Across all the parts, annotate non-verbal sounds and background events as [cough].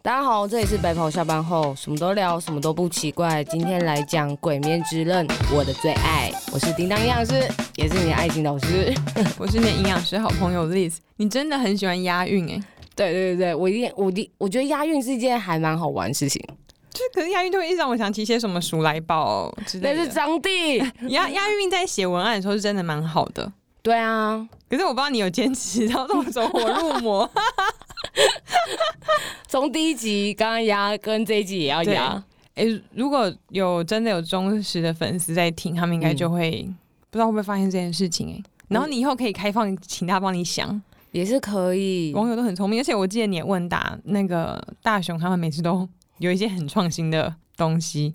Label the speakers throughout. Speaker 1: 大家好，这里是白袍下班后，什么都聊，什么都不奇怪。今天来讲《鬼面之刃》，我的最爱。我是叮当营养师，也是你的爱情导
Speaker 2: [laughs]
Speaker 1: 师。
Speaker 2: 我是你的营养师好朋友 Liz，你真的很喜欢押韵哎、
Speaker 1: 对对对对，我一定，我一，我觉得押韵是一件还蛮好玩的事情。
Speaker 2: 就是可是押韵就会一直让我想起一些什么鼠来宝之
Speaker 1: 那
Speaker 2: 类
Speaker 1: 是
Speaker 2: 的。
Speaker 1: 张帝。
Speaker 2: [laughs] 押押韵在写文案的时候是真的蛮好的，
Speaker 1: 对啊，
Speaker 2: 可是我不知道你有坚持到这么走火入魔。
Speaker 1: 从第一集刚刚押，跟这一集也要
Speaker 2: [laughs] 对
Speaker 1: 押。
Speaker 2: 哎、如果有真的有忠实的粉丝在听，他们应该就会、不知道会不会发现这件事情哎、然后你以后可以开放，请他帮你想。
Speaker 1: 也是可以，
Speaker 2: 网友都很聪明，而且我记得你也问答那个大雄，他们每次都有一些很创新的东西。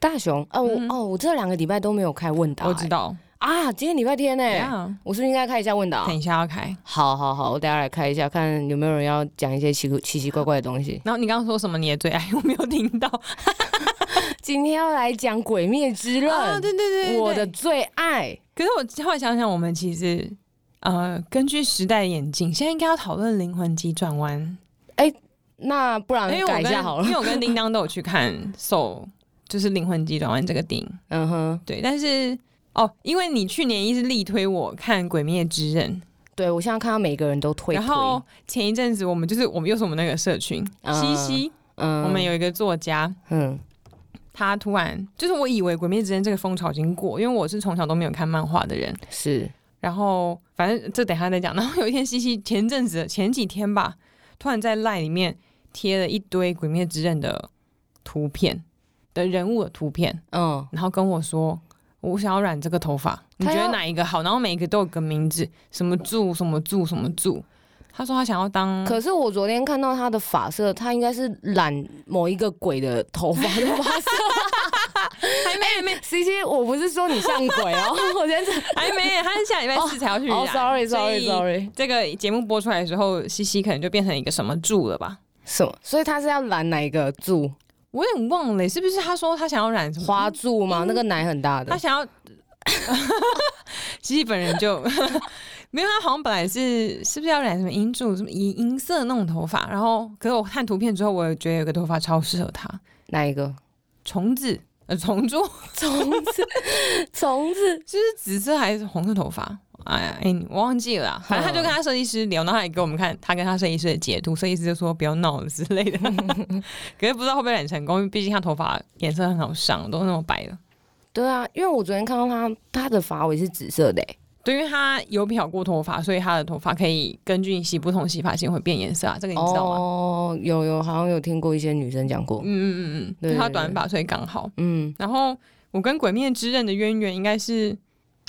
Speaker 1: 大雄，哦、我
Speaker 2: 嗯
Speaker 1: 哦，我这两个礼拜都没有开问答、
Speaker 2: 我知道，啊
Speaker 1: 啊，今天礼拜天呢、
Speaker 2: 呀
Speaker 1: 我是不是应该开一下问答
Speaker 2: 等？一下要开。
Speaker 1: 好好好，我等一下来开一下，看有没有人要讲一些奇奇奇怪怪的东西。
Speaker 2: 然后你刚刚说什么？你的最爱我没有听到
Speaker 1: 今天要来讲《鬼灭之刃》
Speaker 2: 啊对对
Speaker 1: 我的。最爱。
Speaker 2: 可是我后来想想，我们其实呃，根据时代的眼镜，现在应该要讨论《灵魂急转弯
Speaker 1: 那不》，然
Speaker 2: 因为
Speaker 1: 改
Speaker 2: 哎我
Speaker 1: 一
Speaker 2: 跟
Speaker 1: 下好了
Speaker 2: 因。为我跟叮当都有去看《Soul》，就是《灵魂急转弯》这个电影。
Speaker 1: 嗯哼，
Speaker 2: 对，但是哦，因为你去年一直力推我看《鬼灭之刃
Speaker 1: 对我现在看到每个人都》，退
Speaker 2: 然
Speaker 1: 推，
Speaker 2: 后前一阵子我们就是我们又是我们那个社群
Speaker 1: 嗯
Speaker 2: 西西，
Speaker 1: 嗯
Speaker 2: 我们有一个作家，
Speaker 1: 嗯
Speaker 2: 他突然就是我以为《鬼灭之刃》这个风潮已经过，因为我是从小都没有看漫画的人。
Speaker 1: 是
Speaker 2: 然后反正这等一下再讲。然后有一天，西西前阵子前几天吧，突然在 LINE 里面贴了一堆《鬼灭之刃》的图片的人物的图片，
Speaker 1: 嗯
Speaker 2: 然后跟我说。我想要染这个头发，你
Speaker 1: 他
Speaker 2: 觉
Speaker 1: 要
Speaker 2: 得哪一个好？然后每一个都有个名字，什么柱什么柱什么柱。他说他想要当，
Speaker 1: 可是我昨天看到他的发色，他应该是染某一个鬼的头发的发色。
Speaker 2: 还
Speaker 1: [laughs]
Speaker 2: 没没
Speaker 1: C C，我不是说你像鬼
Speaker 2: [laughs]
Speaker 1: 哦，我觉得
Speaker 2: 还没，他是下礼拜四才要去染。
Speaker 1: 哦，sorry，sorry，sorry、s o r r y s o r r y s o
Speaker 2: 所
Speaker 1: r
Speaker 2: 以
Speaker 1: y
Speaker 2: 这个节目播出来的时候，西西可能就变成一个什么柱了吧？
Speaker 1: 什么？所以他是要染哪一个柱？
Speaker 2: 我有点忘了，是不是他说他想要染什么
Speaker 1: 花柱吗？那个奶很大
Speaker 2: [laughs] 嗯他
Speaker 1: 的。
Speaker 2: 想要，西西本人就 [laughs] 没有，他好像本来是是不是要染什么银柱、什么银银色那种头发？然后，可是我看图片之后，我也觉得有个头发超适合他，
Speaker 1: 哪一个？
Speaker 2: 虫子呃 [laughs] 虫柱
Speaker 1: 虫子， [laughs] 虫子。
Speaker 2: 是紫色还是红色头发？哎呀，哎，我忘记
Speaker 1: [laughs]
Speaker 2: 了啊，反正他就跟他设计师聊，然后他也给我们看他跟他设计师的截图，设计师就说不要闹了之
Speaker 1: [laughs]
Speaker 2: 类的，可是不知道会不会染成功，因为毕竟他头发颜色很好上，都那么白了。
Speaker 1: 对啊，因为我昨天看到他，他的发尾是紫色的欸、
Speaker 2: 对，因为他有漂过头发，所以他的头发可以根据你洗不同洗发精会变颜色啊，这个你知道吗？
Speaker 1: 哦，有有，好像有听过一些女生讲过
Speaker 2: 嗯。嗯嗯嗯，
Speaker 1: 对
Speaker 2: 对他短发所以刚好。
Speaker 1: 嗯，
Speaker 2: 然后我跟《鬼灭之刃》的渊源应该是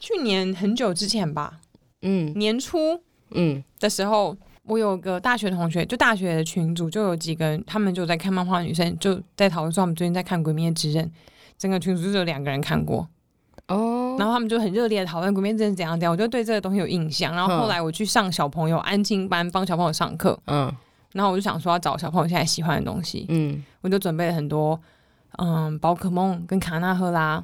Speaker 2: 去年很久之前吧，
Speaker 1: 嗯
Speaker 2: 年初
Speaker 1: 嗯
Speaker 2: 的时候，我有个大学同学，就大学的群组就有几个人，他们就在看漫画，女生就在讨论说他们最近在看《鬼灭之刃》，整个群组就只有两个人看过，
Speaker 1: 哦，
Speaker 2: 然后他们就很热烈的讨论《鬼灭之刃》怎样怎样，我就对这个东西有印象。然后后来我去上小朋友安静班，帮小朋友上课，
Speaker 1: 嗯
Speaker 2: 然后我就想说要找小朋友现在喜欢的东西，
Speaker 1: 嗯，
Speaker 2: 我就准备了很多嗯宝可梦跟卡纳赫拉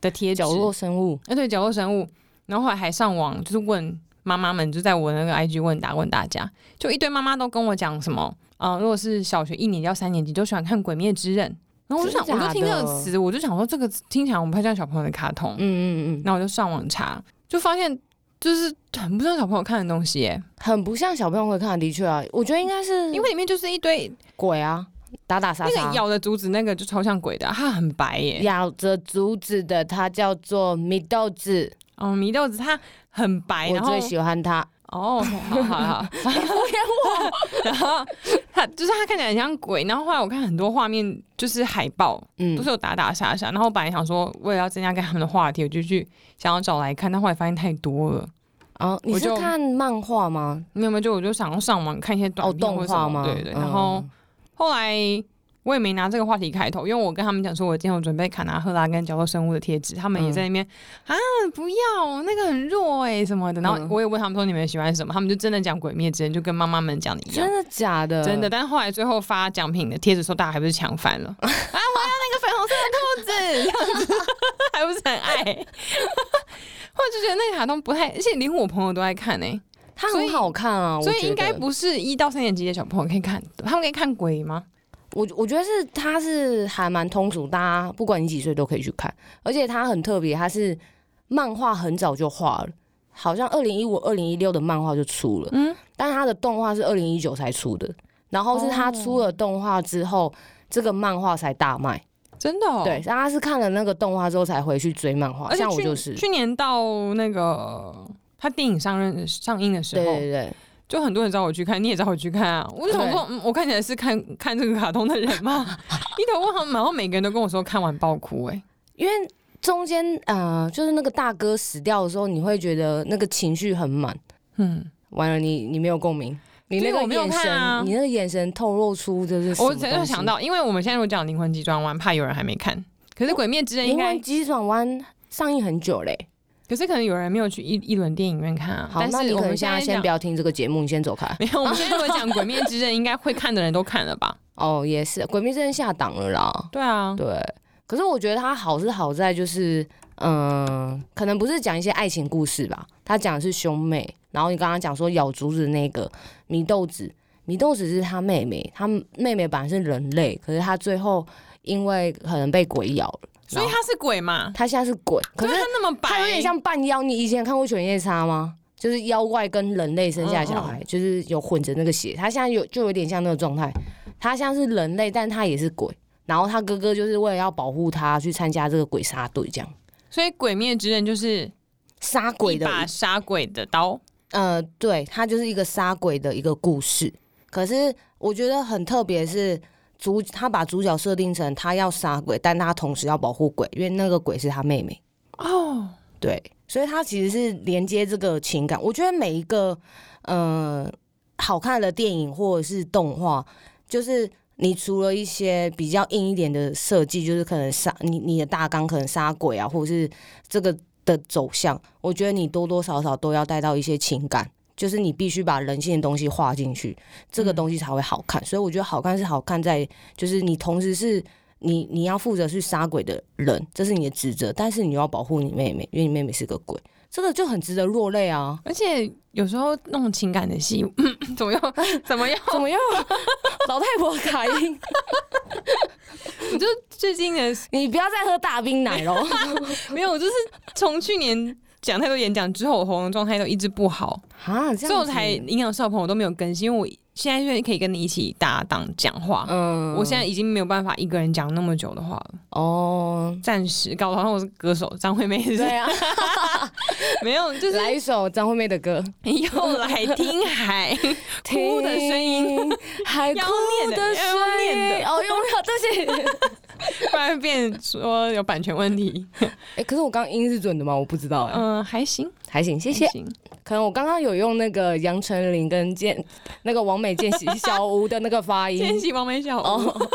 Speaker 2: 的贴纸，
Speaker 1: 角落生物。
Speaker 2: 哎对角落生物，然后后来还上网就是问妈妈们，就在我那个 IG 问答问大家，就一堆妈妈都跟我讲什么，呃，如果是小学一年级到三年级，就喜欢看《鬼灭之刃》。然后我就想，
Speaker 1: 真
Speaker 2: 我
Speaker 1: 假的
Speaker 2: 就听这个词，我就想说，这个听起来我们拍像小朋友的卡通，
Speaker 1: 嗯嗯嗯，
Speaker 2: 那我就上网查，就发现就是很不像小朋友看的东西耶，
Speaker 1: 很不像小朋友会看，的确啊，我觉得应该是
Speaker 2: 因为里面就是一堆
Speaker 1: 鬼啊，打打杀
Speaker 2: 那
Speaker 1: 杀
Speaker 2: 个。咬着竹子那个就超像鬼的啊、它很白耶。
Speaker 1: 咬着竹子的，它叫做米豆子，
Speaker 2: 哦，米豆子它很白，
Speaker 1: 我
Speaker 2: 哎然后
Speaker 1: 最喜欢它。
Speaker 2: 哦，好好 [laughs] 好，敷衍我。 [laughs] 然后它就是它看起来很像鬼，然后后来我看很多画面就是海报，
Speaker 1: 嗯
Speaker 2: 不，是有打打杀杀，然后我本来想说为了要增加跟他们的话题，我就去想要找来看，但后来发现太多了。
Speaker 1: 哦，你
Speaker 2: 我
Speaker 1: 是
Speaker 2: 就
Speaker 1: 看漫画吗？
Speaker 2: 没有没有，就我就想要上网看一些
Speaker 1: 哦，
Speaker 2: 短片或
Speaker 1: 动
Speaker 2: 者什么
Speaker 1: 画吗？
Speaker 2: 对对，然后。
Speaker 1: 嗯
Speaker 2: 后来我也没拿这个话题开头，因为我跟他们讲说，我今天有准备卡纳赫拉跟角落生物的贴纸，他
Speaker 1: 嗯
Speaker 2: 们也在那边、啊，不要那个很弱哎、什么的。然后
Speaker 1: 嗯
Speaker 2: 我也问他们说你们喜欢什么，他们就真的讲《鬼灭之刃》，就跟妈妈们讲的一样
Speaker 1: 真。的假的？
Speaker 2: 真的，但是后来最后发奖品的贴纸的时候，大家还不是抢翻
Speaker 1: [laughs]
Speaker 2: 了啊！我要那个粉红色的兔子，这样子还不是
Speaker 1: [laughs]
Speaker 2: 很爱。 [laughs] 我就觉得那个卡通不太，而且连我朋友都爱看呢、欸
Speaker 1: 它很好看啊，我
Speaker 2: 所
Speaker 1: 觉
Speaker 2: 以
Speaker 1: 得
Speaker 2: 应该不是一到三年级的小朋友可以看，他们可以看鬼吗？
Speaker 1: 我我觉得是它是还蛮通俗，大家不管你几岁都可以去看，而且它很特别，它是漫画很早就画了，好像二零一五、二零一六的漫画就出了，嗯，但是它的动画是二零一九才出的，然后是它出
Speaker 2: 哦
Speaker 1: 了动画之后，这个漫画才大卖，
Speaker 2: 真的、哦、
Speaker 1: 对，，大家是看了那个动画之后才回去追漫画，
Speaker 2: 而且
Speaker 1: 像我
Speaker 2: 去
Speaker 1: 就是，
Speaker 2: 去年到那个他电影上任上映的时
Speaker 1: 对
Speaker 2: 候，
Speaker 1: 对对。
Speaker 2: 就很多人找我去看，你也找我去看啊。我就想说，嗯，我看起来是看看这个卡通的人
Speaker 1: [laughs]
Speaker 2: 吗？一头问号，然后每个人都跟我说看完爆哭、欸，
Speaker 1: 因为中间呃，就是那个大哥死掉的时候，你会觉得那个情绪很满。
Speaker 2: 嗯，
Speaker 1: 完了你，你没有共鸣，你那个
Speaker 2: 我没有
Speaker 1: 眼神，
Speaker 2: 看啊
Speaker 1: 你那个眼神透露出就是什么
Speaker 2: 我
Speaker 1: 东西
Speaker 2: 只是想到，因为我们现在如果讲《灵魂急转弯》，怕有人还没看。可是《鬼灭之刃》应
Speaker 1: 灵
Speaker 2: 该
Speaker 1: 魂，急转弯上映很久嘞、
Speaker 2: 可是可能有人没有去一一轮电影院看啊。
Speaker 1: 好，
Speaker 2: 但
Speaker 1: 那
Speaker 2: 是
Speaker 1: 你
Speaker 2: 我
Speaker 1: 可能
Speaker 2: 们现
Speaker 1: 现在
Speaker 2: 在
Speaker 1: 先
Speaker 2: 讲
Speaker 1: 不，要听这个节目，你先走开。
Speaker 2: 没有，我们现在如果讲《鬼灭之刃》，应该会看的人都看了吧？
Speaker 1: 哦，也是，《鬼灭之刃》下档了啦。
Speaker 2: 对啊，
Speaker 1: [laughs] 对，可是我觉得它好是好在就是，嗯、可能不是讲一些爱情故事吧，它讲的是兄妹。然后你刚刚讲说咬竹子那个祢豆子，祢豆子是她妹妹，她妹妹本来是人类，可是她最后因为可能被鬼咬了，
Speaker 2: 所以他是鬼嘛？
Speaker 1: 她现在是鬼，可是
Speaker 2: 对他那么白，
Speaker 1: 她有点像半妖。你以前看过《犬夜叉》吗？就是妖怪跟人类生下的小孩，
Speaker 2: 嗯
Speaker 1: 就是有混着那个血。她现在有就有点像那个状态，她像是人类，但她也是鬼。然后她哥哥就是为了要保护她，去参加这个鬼杀队，这样
Speaker 2: 所以《鬼灭之刃》就是
Speaker 1: 杀鬼
Speaker 2: 一
Speaker 1: 的
Speaker 2: 把杀鬼的刀。
Speaker 1: 呃，对，它就是一个杀鬼的一个故事。可是我觉得很特别是主，他把主角设定成他要杀鬼，但他同时要保护鬼，因为那个鬼是他妹妹。
Speaker 2: 哦，
Speaker 1: 对，所以他其实是连接这个情感。我觉得每一个呃好看的电影或者是动画，就是你除了一些比较硬一点的设计，就是可能杀你你的大纲可能杀鬼啊，或者是这个的走向，我觉得你多多少少都要带到一些情感。就是你必须把人性的东西画进去，这个
Speaker 2: 嗯
Speaker 1: 东西才会好看。所以我觉得好看是好看在，就是你同时是你你要负责去杀鬼的人，这是你的职责，但是你又要保护你妹妹，因为你妹妹是个鬼，这个就很值得落泪啊！
Speaker 2: 而且有时候那种情感的戏， [clears throat] 怎
Speaker 1: [laughs]
Speaker 2: 么样？怎么样？
Speaker 1: 怎么样， [laughs] 老太婆卡音，
Speaker 2: 我就最近的
Speaker 1: 你不要再喝大冰奶 [laughs] 喽！
Speaker 2: 没有，我就是从去年讲太多演讲之后，我喉咙状态都一直不好，
Speaker 1: 啊，这
Speaker 2: 所以我
Speaker 1: 样子
Speaker 2: 才营养师的朋友都没有更新，因为我现在愿意可以跟你一起搭档讲话。
Speaker 1: 嗯
Speaker 2: 我现在已经没有办法一个人讲那么久的话了，
Speaker 1: 哦，
Speaker 2: 暂时搞得好像我是歌手张惠妹是
Speaker 1: 对啊，
Speaker 2: [laughs] 没有，就是
Speaker 1: [laughs] 来一首张惠妹的歌，
Speaker 2: [laughs] 又来听海，哭的声
Speaker 1: 音，
Speaker 2: [laughs]
Speaker 1: 还哭
Speaker 2: 要念
Speaker 1: 的
Speaker 2: 的要
Speaker 1: 声
Speaker 2: 念
Speaker 1: 音，哦，用不了这
Speaker 2: [laughs]
Speaker 1: 些。
Speaker 2: 不然变说有版权问题。
Speaker 1: 哎，可是我刚刚音是准的吗？我不知道哎，
Speaker 2: 嗯、还行，
Speaker 1: 还行，谢
Speaker 2: 还
Speaker 1: 谢。
Speaker 2: 行。
Speaker 1: 可能我刚刚有用那个杨丞琳跟见那个王美见习小吴的那个发
Speaker 2: [laughs] 千
Speaker 1: 音
Speaker 2: 玺王美小屋，
Speaker 1: 哦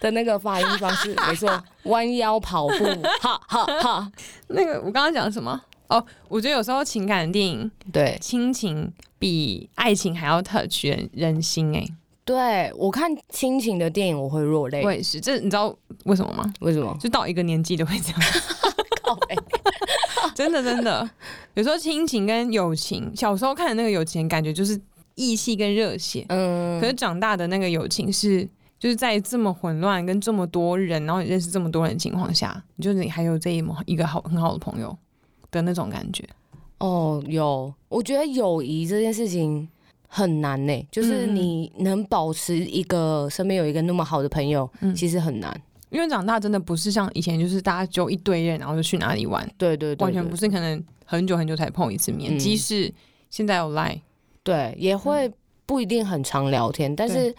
Speaker 1: 的那个发音方式，没错，弯腰跑步，
Speaker 2: [laughs]
Speaker 1: 哈哈哈，
Speaker 2: [laughs] 那个我刚刚讲什么？哦，我觉得有时候情感电影
Speaker 1: 对
Speaker 2: 亲情比爱情还要 touch 人人心哎、
Speaker 1: 对，我看亲情的电影我会落泪
Speaker 2: 我，也是，这你知道为什么吗？
Speaker 1: 为什么？
Speaker 2: 就到一个年纪都会这样，
Speaker 1: 靠
Speaker 2: [laughs]
Speaker 1: 背，
Speaker 2: 真的真的。有时候亲情跟友情，小时候看的那个友情，感觉就是义气跟热血，
Speaker 1: 嗯
Speaker 2: 可，是长大的那个友情是。就是在这么混乱跟这么多人，然后你认识这么多人的情况下，你就是你还有这一么一个好很好的朋友的那种感觉，
Speaker 1: 哦，有，我觉得友谊这件事情很难呢、就是
Speaker 2: 嗯嗯
Speaker 1: 你能保持一个身边有一个那么好的朋友，
Speaker 2: 嗯
Speaker 1: 其实很难。
Speaker 2: 因为长大真的不是像以前，就是大家就一堆人，然后就去哪里玩，
Speaker 1: 对对对
Speaker 2: 完全
Speaker 1: 对
Speaker 2: 不是，可能很久很久才碰一次面。
Speaker 1: 嗯
Speaker 2: 即使现在有 Line，
Speaker 1: 对，
Speaker 2: 嗯
Speaker 1: 也会不一定很常聊天，但是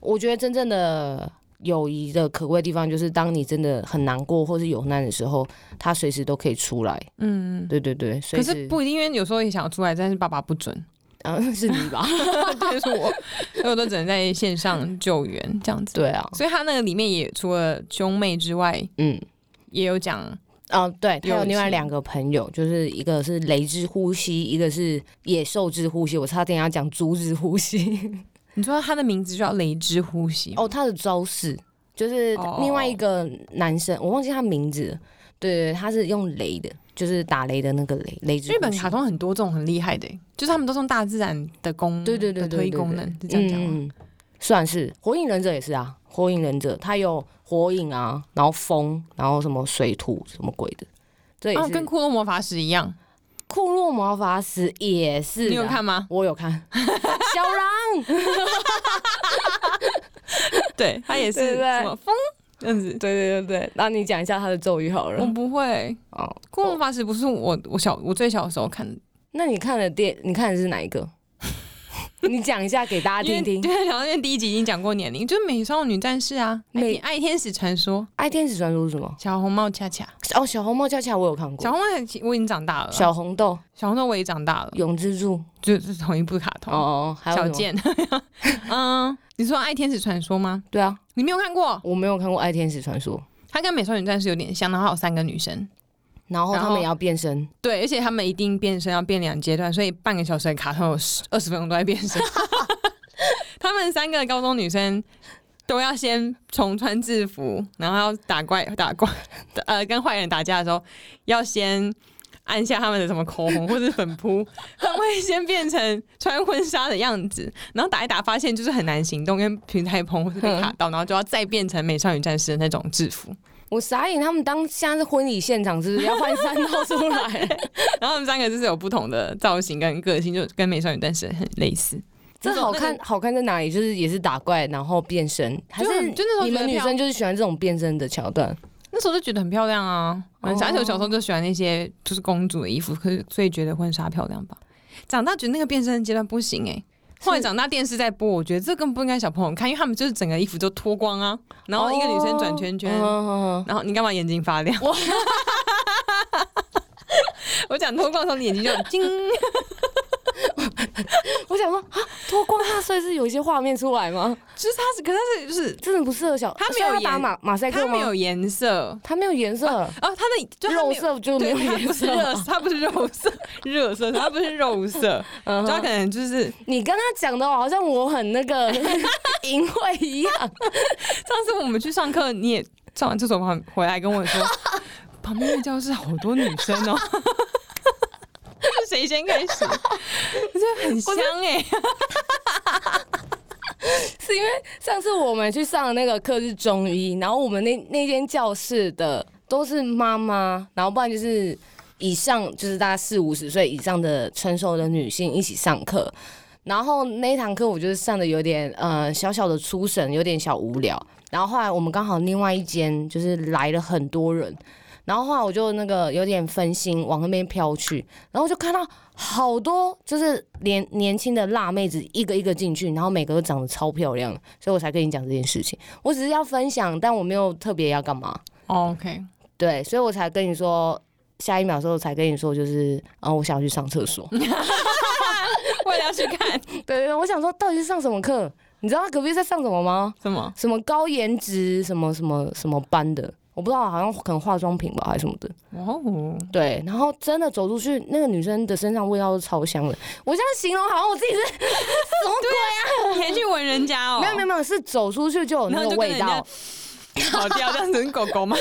Speaker 1: 我觉得真正的友谊的可贵地方，就是当你真的很难过或是有难的时候，他随时都可以出来。
Speaker 2: 嗯，
Speaker 1: 对对对，随
Speaker 2: 可
Speaker 1: 时
Speaker 2: 是不一定，因为有时候也想要出来，但是爸爸不 [laughs] 准，
Speaker 1: 嗯 [laughs] 是你
Speaker 2: [laughs]
Speaker 1: 吧？
Speaker 2: 就是我，所以我都只能在线上救援这样子。
Speaker 1: 对啊，
Speaker 2: 所以他那个里面也除了兄妹之外，
Speaker 1: 嗯。
Speaker 2: 也有讲
Speaker 1: 哦，对，他
Speaker 2: 友
Speaker 1: 有另外
Speaker 2: 情
Speaker 1: 两个朋友，就是一个是雷之呼吸，一个是野兽之呼吸。我差点要讲猪之呼吸。
Speaker 2: 你知道他的名字叫雷之呼吸，
Speaker 1: 哦，他的招式就是
Speaker 2: 哦
Speaker 1: 另外一个男生，我忘记他名字了。对对，对他是用雷的，就是打雷的那个雷。雷之
Speaker 2: 日本
Speaker 1: 呼吸
Speaker 2: 卡通很多这种很厉害的、欸就是他们都是用大自然的功
Speaker 1: 对对对
Speaker 2: 的
Speaker 1: 对
Speaker 2: 推
Speaker 1: 对
Speaker 2: 功
Speaker 1: 对嗯
Speaker 2: 能，是这样讲吗？
Speaker 1: 嗯，算是火影忍者也是啊，火影忍者》，它有火影啊，然后风，然后什么水土什么鬼的，这也
Speaker 2: 哦，
Speaker 1: 是。
Speaker 2: 跟库洛魔法使一样，
Speaker 1: 库洛魔法使也是、啊
Speaker 2: 你有看？吗？ [laughs]
Speaker 1: 我有看。小狼，
Speaker 2: 对，他也
Speaker 1: 对
Speaker 2: 是
Speaker 1: 不对
Speaker 2: 什么风这样子。
Speaker 1: 对对对对，那你讲一下他的咒语好
Speaker 2: 我。不会，
Speaker 1: 哦，
Speaker 2: 库洛魔法使不是我我小我最小的时候看的，
Speaker 1: 那你看的电，你看的是哪一
Speaker 2: [laughs]
Speaker 1: 个？你讲一下给大家
Speaker 2: 因为
Speaker 1: 听听。《
Speaker 2: 对，然后因为第一集已经讲过年龄，就是美少女战士啊，爱
Speaker 1: 美
Speaker 2: 天爱天使传说，
Speaker 1: 爱天哎使传说》是什么？
Speaker 2: 小红帽恰恰，
Speaker 1: 哦，小红帽恰恰我有看过
Speaker 2: 小。红帽我已经长大了啊，
Speaker 1: 小红豆、
Speaker 2: 小红帽我也长大了，
Speaker 1: 永之助，
Speaker 2: 就是同一部卡
Speaker 1: 哦
Speaker 2: 通，
Speaker 1: 哦，还有
Speaker 2: 小
Speaker 1: 什么？
Speaker 2: 贱， [laughs] 嗯，你说爱天使传说吗？
Speaker 1: 对啊，
Speaker 2: 你没有看过？
Speaker 1: 我没有看过《爱天使传说》，
Speaker 2: 它跟美少女战士有点像，然后还有三个女生，
Speaker 1: 然后
Speaker 2: 然
Speaker 1: 他
Speaker 2: 后
Speaker 1: 们也要变身，
Speaker 2: 对，而且他们一定变身要变两阶段，所以半个小时的卡通有十二十分钟都在变身。 [laughs] 他们三个高中女生都要先重穿制服，然后要打怪打怪，呃，跟坏人打架的时候要先。按下他们的什么口红或是粉扑，他们会先变成穿婚纱的样子，然后打一打发现就是很难行动，跟平台风或是被卡到，然后就要再变成美少女战士的那种制服。
Speaker 1: 我傻眼，他们当像是婚礼现场，是不是要换三套出
Speaker 2: [laughs]
Speaker 1: 来？
Speaker 2: 然后他们三个就是有不同的造型跟个性，就跟美少女战士很类似。
Speaker 1: 这好看，好看在哪里？就是也是打怪，然后变身，还是
Speaker 2: 就那时候
Speaker 1: 你们
Speaker 2: 觉得
Speaker 1: 女
Speaker 2: 漂
Speaker 1: 生就是喜欢这种变身的桥段？
Speaker 2: 那时候就觉得很漂亮啊，而且
Speaker 1: 哦
Speaker 2: 我小时候就喜欢那些就是公主的衣服，可是所以觉得婚纱漂亮吧。长大觉得那个变身阶段不行哎、后来长大电视在播，我觉得这更不应该小朋友看，因为他们就是整个衣服都脱光啊，然后一个女生转圈圈，
Speaker 1: 哦嗯嗯嗯
Speaker 2: 然后你干嘛眼睛发亮？我 [laughs] 我讲脱光的时候，你眼睛就金，
Speaker 1: 嗯 [laughs] 我想说啊，脱光那算是有一些画面出来吗？
Speaker 2: [laughs] 就是它是，可是它是就是
Speaker 1: 真的不适合小，
Speaker 2: 他没
Speaker 1: 所以
Speaker 2: 有
Speaker 1: 打
Speaker 2: 颜
Speaker 1: 马马赛克
Speaker 2: 它没
Speaker 1: 吗？
Speaker 2: 有颜色
Speaker 1: 他没有颜色，
Speaker 2: 哦，它的就它没有
Speaker 1: 肉色就没
Speaker 2: 对，
Speaker 1: 有
Speaker 2: 它不
Speaker 1: 颜
Speaker 2: 是
Speaker 1: 色。
Speaker 2: 热，它不是肉色，热色，它不是肉色，
Speaker 1: [laughs] 嗯
Speaker 2: 就它
Speaker 1: 哼
Speaker 2: 可能就是
Speaker 1: 你刚刚讲的哦好像我很那
Speaker 2: [laughs]
Speaker 1: 个淫秽一样，
Speaker 2: 上次我们去上课，你也上完厕所旁回来跟我说， [laughs] 旁边的教室好多女生哦。 [laughs] 是谁先开始？ [laughs] 我觉得很香哎、
Speaker 1: 是因为 [laughs] 上次我们去上的那个课是中医，然后我们那那间教室的都是妈妈，然后不然就是以上就是大概四五十岁以上的成熟的女性一起上课。然后那一堂课我就是上的有点呃小小的出神，有点小无聊。然后后来我们刚好另外一间就是来了很多人，然后后来我就那个有点分心往那边飘去，然后就看到好多就是年年轻的辣妹子一个一个进去，然后每个都长得超漂亮，所以我才跟你讲这件事情。我只是要分享，但我没有特别要干嘛，哦
Speaker 2: o [laughs] k
Speaker 1: 对，所以我才跟你说。下一秒的时候才跟你说，就是，嗯、我想要去上厕所。对
Speaker 2: 为了要去看
Speaker 1: 对，对我想说，到底是上什么课？你知道他隔壁在上什么吗？
Speaker 2: 什么？
Speaker 1: 什么高颜值什么什么什么班的，我不知道，好像可能化妆品吧，还是什么的。
Speaker 2: 哦，
Speaker 1: 对，然后真的走出去，那个女生的身上味道都超香的。我这样形容好像我自己是 [laughs] 什么
Speaker 2: 你还去闻人家哦？
Speaker 1: 没有没有没有，是走出去就有那
Speaker 2: 然后
Speaker 1: 个
Speaker 2: 就跟
Speaker 1: 味
Speaker 2: 人家
Speaker 1: 道。
Speaker 2: [laughs] 跑掉，这样子是狗狗吗？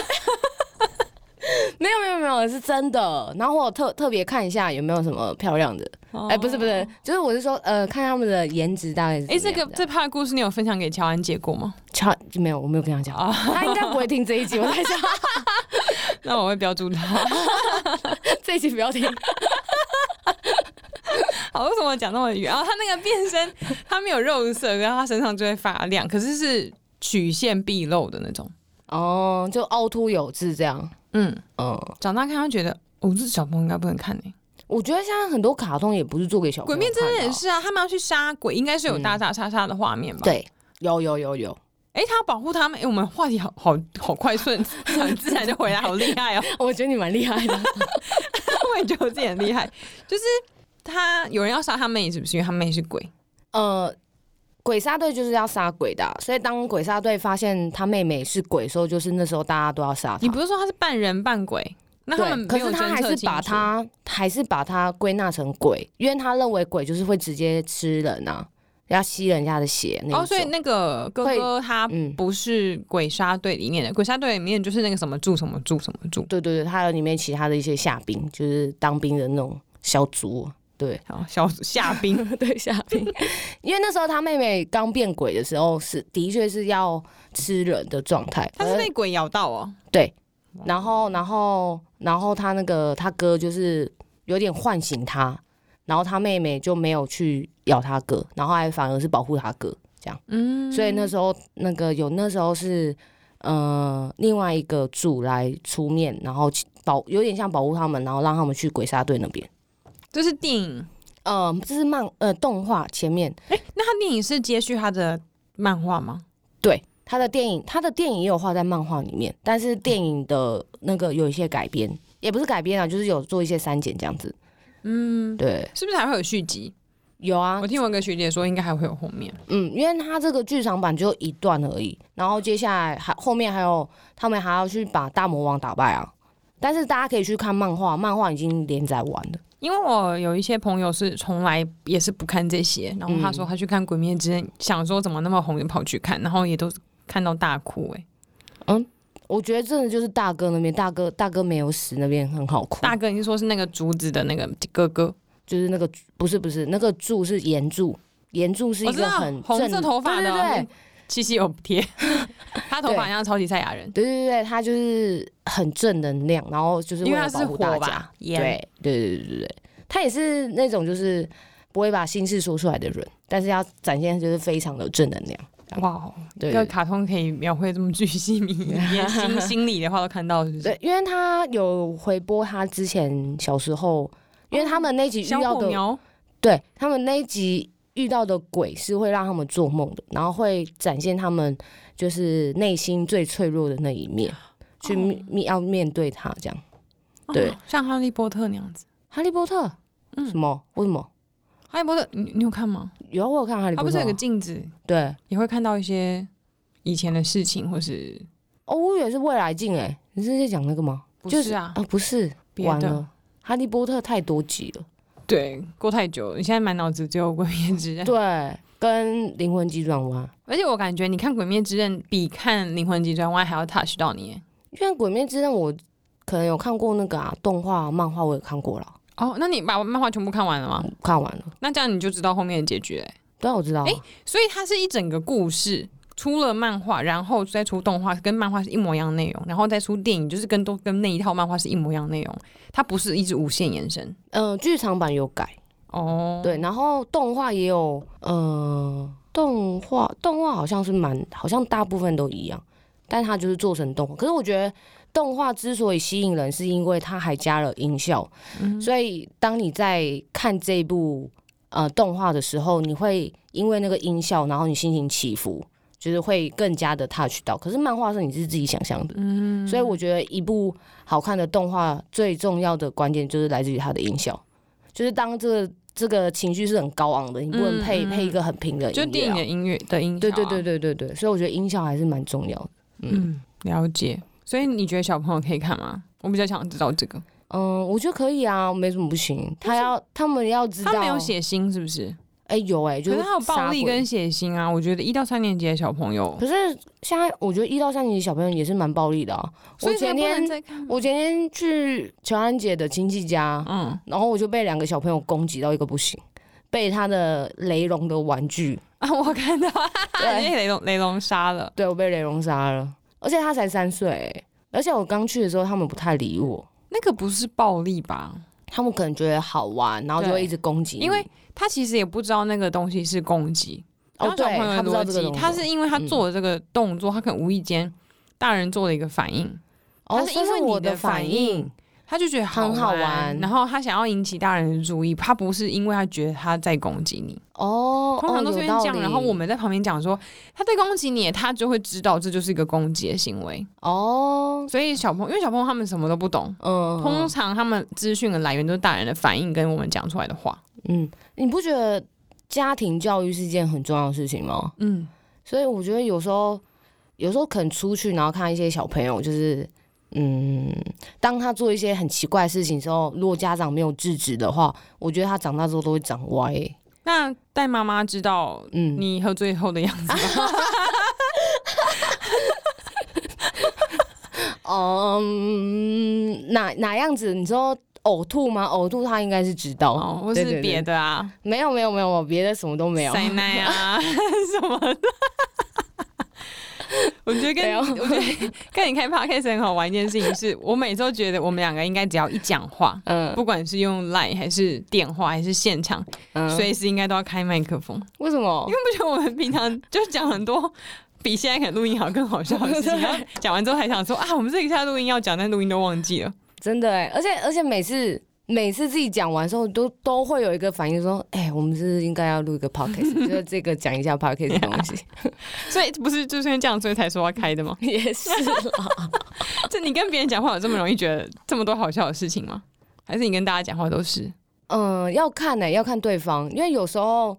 Speaker 1: 没有没有没有，是真的。然后我有特特别看一下有没有什么漂亮的。 [laughs] 哎、不是不是，就是我是说，呃，看他们的颜值大概是怎
Speaker 2: 哎、
Speaker 1: 么
Speaker 2: 这
Speaker 1: 样
Speaker 2: 个
Speaker 1: 的。
Speaker 2: 这趴的故事你有分享给乔安姐过吗？ [laughs]
Speaker 1: 乔没有，我没有跟他讲，他应该不会听这一集。我在想，
Speaker 2: 那我会标注他。
Speaker 1: 这一集不要听。
Speaker 2: 好，为什么讲那么远？然后他那个变身，他没有肉色，然后他身上就会发亮，可是是曲线毕露的那种。
Speaker 1: 哦，就凹凸有致这样。
Speaker 2: 嗯，
Speaker 1: 嗯，
Speaker 2: 长大看他觉得，哦，这小朋友应该不能看呢、
Speaker 1: 我觉得现在很多卡通也不是做给小
Speaker 2: 鬼
Speaker 1: 朋友
Speaker 2: 灭之
Speaker 1: 看的
Speaker 2: 刃也
Speaker 1: 啊
Speaker 2: 是啊，他们要去杀鬼，应该是有打打杀杀的画面吧？，
Speaker 1: 嗯对，有有有有，
Speaker 2: 哎、他要保护他们。哎、我们话题好 [laughs] 好好快顺， [laughs] 很自然就回来，好厉害
Speaker 1: [laughs]
Speaker 2: 哦！
Speaker 1: 我觉得你蛮厉害的。
Speaker 2: 我也觉得我自己很厉害，就是他有人要杀他妹，是不是？因为他妹是鬼。
Speaker 1: 呃，鬼杀队就是要杀鬼的啊、所以当鬼杀队发现他妹妹是鬼的时候，就是那时候大家都要杀
Speaker 2: 你
Speaker 1: 他。
Speaker 2: 不是说他是半人半鬼？那他们
Speaker 1: 对，可
Speaker 2: 没有
Speaker 1: 是他
Speaker 2: 侦
Speaker 1: 还
Speaker 2: 测
Speaker 1: 是
Speaker 2: 清
Speaker 1: 把
Speaker 2: 楚
Speaker 1: 他还是把他归纳成鬼，因为他认为鬼就是会直接吃人啊，要吸人家的血那一
Speaker 2: 哦，所以
Speaker 1: 种
Speaker 2: 那个哥
Speaker 1: 会
Speaker 2: 哥他
Speaker 1: 嗯，
Speaker 2: 不是鬼杀队里面的，鬼杀队里面就是那个什么柱什么柱什么柱， [laughs]
Speaker 1: 对对对，还有里面其他的一些下兵，就是当兵的那种小卒，对
Speaker 2: 好小夏冰，
Speaker 1: 对，夏冰， [laughs] 因为那时候他妹妹刚变鬼的时候是的确是要吃人的状态，
Speaker 2: 他是被鬼咬到哦，
Speaker 1: 对，然后然后然后他那个他哥就是有点唤醒他，然后他妹妹就没有去咬他哥，然后还反而是保护他哥这样，
Speaker 2: 嗯，
Speaker 1: 所以那时候那个有那时候是呃另外一个主来出面，然后去保有点像保护他们，然后让他们去鬼杀队那边。
Speaker 2: 这是电影，
Speaker 1: 呃，这是漫呃动画前面
Speaker 2: 那他电影是接续他的漫画吗？
Speaker 1: 对他的电影，他的电影也有画在漫画里面，但是电影的那个有一些改编，也不是改编啊，就是有做一些删减这样子。
Speaker 2: 嗯，
Speaker 1: 对，
Speaker 2: 是不是还会有续集？
Speaker 1: 有啊
Speaker 2: 我，听我一个学姐说，应该还会有后面。
Speaker 1: 嗯，因为他这个剧场版就一段而已，然后接下来还后面还有他们还要去把大魔王打败啊。但是大家可以去看漫画，漫画已经连载完了。
Speaker 2: 因为我有一些朋友是从来也是不看这些，然后他说他去看《鬼灭之刃》，想说怎么那么红就跑去看，然后也都看到大哭哎、
Speaker 1: 我觉得真的就是大哥那边，大哥大哥没有死那边很好哭，
Speaker 2: 大哥，你是说是那个竹子的那个哥哥？
Speaker 1: 就是那个不是不是那个柱是岩柱，岩柱是一
Speaker 2: 哦我知
Speaker 1: 个
Speaker 2: 道
Speaker 1: 很
Speaker 2: 红色
Speaker 1: 正
Speaker 2: 头发的哦
Speaker 1: 对对对
Speaker 2: 七七有贴， [laughs] 他头发像超级赛亚人，
Speaker 1: 对对对，他就是很正能量，然后就是
Speaker 2: 因为
Speaker 1: 了
Speaker 2: 他是
Speaker 1: 保护
Speaker 2: 火
Speaker 1: 大家
Speaker 2: 吧，，
Speaker 1: 对
Speaker 2: 烟
Speaker 1: 对对对对对，他也是那种就是不会把心事说出来的人，但是要展现就是非常的正能量，
Speaker 2: 哇，
Speaker 1: 对
Speaker 2: 一
Speaker 1: 对
Speaker 2: 个卡通可以描绘这么巨
Speaker 1: [laughs]
Speaker 2: 细靡遗，连心心里的话都看到，是不是？
Speaker 1: 对，因为他有回播他之前小时候，因为他们那集遇
Speaker 2: 哦小
Speaker 1: 到
Speaker 2: 火
Speaker 1: 的，
Speaker 2: 苗，
Speaker 1: 对他们那一集遇到的鬼是会让他们做梦的，然后会展现他们就是内心最脆弱的那一面，去面、要面对他这样。对
Speaker 2: 哦像哈利波特那样子。
Speaker 1: 哈利波特，
Speaker 2: 嗯
Speaker 1: 什么？为什么？
Speaker 2: 哈利波特，你你有看吗？
Speaker 1: 有啊，我有看哈利
Speaker 2: 他
Speaker 1: 波
Speaker 2: 不是
Speaker 1: 特
Speaker 2: 有
Speaker 1: 啊、
Speaker 2: 个镜子，
Speaker 1: 对，
Speaker 2: 也会看到一些以前的事情，或是
Speaker 1: 哦，我以为是未来镜哎、你是在讲那个吗？
Speaker 2: 不
Speaker 1: 就是
Speaker 2: 啊？
Speaker 1: 啊，不是，
Speaker 2: 别
Speaker 1: 完
Speaker 2: 的
Speaker 1: 了，哈利波特太多集了，
Speaker 2: 对，过太久了，你现在满脑子只有《鬼灭之刃》。
Speaker 1: 对，跟灵魂急转弯，
Speaker 2: 而且我感觉你看《鬼灭之刃》比看《灵魂急转弯》还要 touch 到你耶。
Speaker 1: 因为鬼灭之刃我可能有看过那个啊，动画、漫画我也看过了，
Speaker 2: 哦，那你把漫画全部看完了吗？
Speaker 1: 看完了，
Speaker 2: 那这样你就知道后面的结局嘞。
Speaker 1: 对啊，我知道啊、
Speaker 2: 诶所以它是一整个故事，出了漫画，然后再出动画，跟漫画是一模一样的内容，然后再出电影，就是跟都跟那一套漫画是一模一样的内容，它不是一直无限延伸。
Speaker 1: 嗯，剧场版有改，
Speaker 2: 哦，
Speaker 1: 对，然后动画也有，嗯，动画动画好像是蛮，好像大部分都一样，但它就是做成动画。可是我觉得动画之所以吸引人，是因为它还加了音效，所以当你在看这一部呃动画的时候，你会因为那个音效，然后你心情起伏。就是会更加的 touch 到，可是漫画是你是自己想象的，
Speaker 2: 嗯
Speaker 1: 所以我觉得一部好看的动画最重要的关键就是来自于它的音效，就是当这个这个情绪是很高昂的，你不能配、
Speaker 2: 嗯嗯
Speaker 1: 配一个很平的音乐、
Speaker 2: 就
Speaker 1: 啊，
Speaker 2: 电影的音乐的音效、啊
Speaker 1: 对对对，对对对，所以我觉得音效还是蛮重要的。
Speaker 2: 嗯，了解。所以你觉得小朋友可以看吗？我比较想知道这个。
Speaker 1: 嗯，我觉得可以啊，没什么不行。他要他们要知道，
Speaker 2: 他没有，血腥是不是？
Speaker 1: 哎、有哎、就
Speaker 2: 可是他有
Speaker 1: 杀
Speaker 2: 暴力
Speaker 1: 鬼
Speaker 2: 跟血腥啊！我觉得一到三年级的小朋友，
Speaker 1: 可是现在我觉得一到三年级小朋友也是蛮暴力的啊。
Speaker 2: 所以
Speaker 1: 我
Speaker 2: 才
Speaker 1: 前
Speaker 2: 不能
Speaker 1: 天
Speaker 2: 再看。
Speaker 1: 我前天去乔安姐的亲戚家，
Speaker 2: 嗯， [laughs]
Speaker 1: 然后我就被两个小朋友攻击到一个不行，被他的雷龙的玩
Speaker 2: [laughs]
Speaker 1: 具，
Speaker 2: 啊，我看到，
Speaker 1: 对
Speaker 2: 因为啊雷龙雷龙杀了，
Speaker 1: 对我被雷龙杀了，而且他才三岁欸、而且我刚去的时候他们不太理我，
Speaker 2: 那个不是暴力吧？
Speaker 1: 他们可能觉得好玩，然后就
Speaker 2: 对
Speaker 1: 会一直攻击你，
Speaker 2: 因为他其实也不知道那个东西是攻击，
Speaker 1: 哦
Speaker 2: 当
Speaker 1: 对
Speaker 2: 小朋友
Speaker 1: 他
Speaker 2: 的
Speaker 1: 不知道
Speaker 2: 逻
Speaker 1: 这个
Speaker 2: 辑，
Speaker 1: 东西
Speaker 2: 他是因为他做了这个动作，他可能无意间大人做了一个反应，
Speaker 1: 哦，
Speaker 2: 他是因为
Speaker 1: 所以
Speaker 2: 你
Speaker 1: 我
Speaker 2: 的
Speaker 1: 反
Speaker 2: 反应他就觉得
Speaker 1: 很好玩
Speaker 2: 然后他想要引起大人的注意，他不是因为他觉得他在攻击你，
Speaker 1: 哦，
Speaker 2: 通常都是
Speaker 1: 哦
Speaker 2: 因
Speaker 1: 有
Speaker 2: 为
Speaker 1: 道
Speaker 2: 这样，
Speaker 1: 理
Speaker 2: 然后我们在旁边讲说他在攻击你，他就会知道这就是一个攻击的行为。
Speaker 1: 哦，
Speaker 2: 所以小朋友，因为小朋友他们什么都不懂，
Speaker 1: 嗯
Speaker 2: 通常他们资讯的来源都是大人的反应跟我们讲出来的话。
Speaker 1: 嗯，你不觉得家庭教育是一件很重要的事情吗？
Speaker 2: 嗯，
Speaker 1: 所以我觉得有时候，有时候可能出去，然后看一些小朋友，就是嗯，当他做一些很奇怪的事情之后，如果家长没有制止的话，我觉得他长大之后都会长歪、欸。
Speaker 2: 那带妈妈知道
Speaker 1: 嗯，
Speaker 2: 你喝醉后的样子
Speaker 1: [laughs]
Speaker 2: 吗？
Speaker 1: 嗯，哪哪样子？你说呕吐吗？呕吐他应该是知道，
Speaker 2: 哦，或
Speaker 1: 对
Speaker 2: 是别，
Speaker 1: 对对
Speaker 2: 的啊，
Speaker 1: 没有没有没有，我别的什么都没有。
Speaker 2: 塞奶啊 [laughs] 什么的。我觉得
Speaker 1: 没
Speaker 2: 跟
Speaker 1: 有
Speaker 2: [laughs] 我觉得跟你开 podcast 很好玩一件事情是，我每次都觉得我们两个应该只要一讲话，
Speaker 1: 嗯
Speaker 2: 不管是用 line 还是电话还是现场，
Speaker 1: 嗯，
Speaker 2: 随时应该都要开麦克风。
Speaker 1: 为什么
Speaker 2: 因？为不觉得我们平常就讲很多比现在可能录音好更好笑的事
Speaker 1: [laughs]
Speaker 2: 情，然后讲完之后还想说啊，我们这一下录音要讲，但录音都忘记了。
Speaker 1: 真的哎、而且而且每次每次自己讲完之后，都都会有一个反应说，哎、我们是不是应该要录一个
Speaker 2: [laughs]
Speaker 1: podcast，就是这个讲一下 podcast 的东西，？
Speaker 2: 所以不是就是因为这样，所以才说要开的吗 [laughs]
Speaker 1: 也是啦。
Speaker 2: 就你跟别人讲话有这么容易觉得这么多好笑的事情吗？还是你跟大家讲话都是？
Speaker 1: [laughs] 嗯，要看呢、要看对方，因为有时候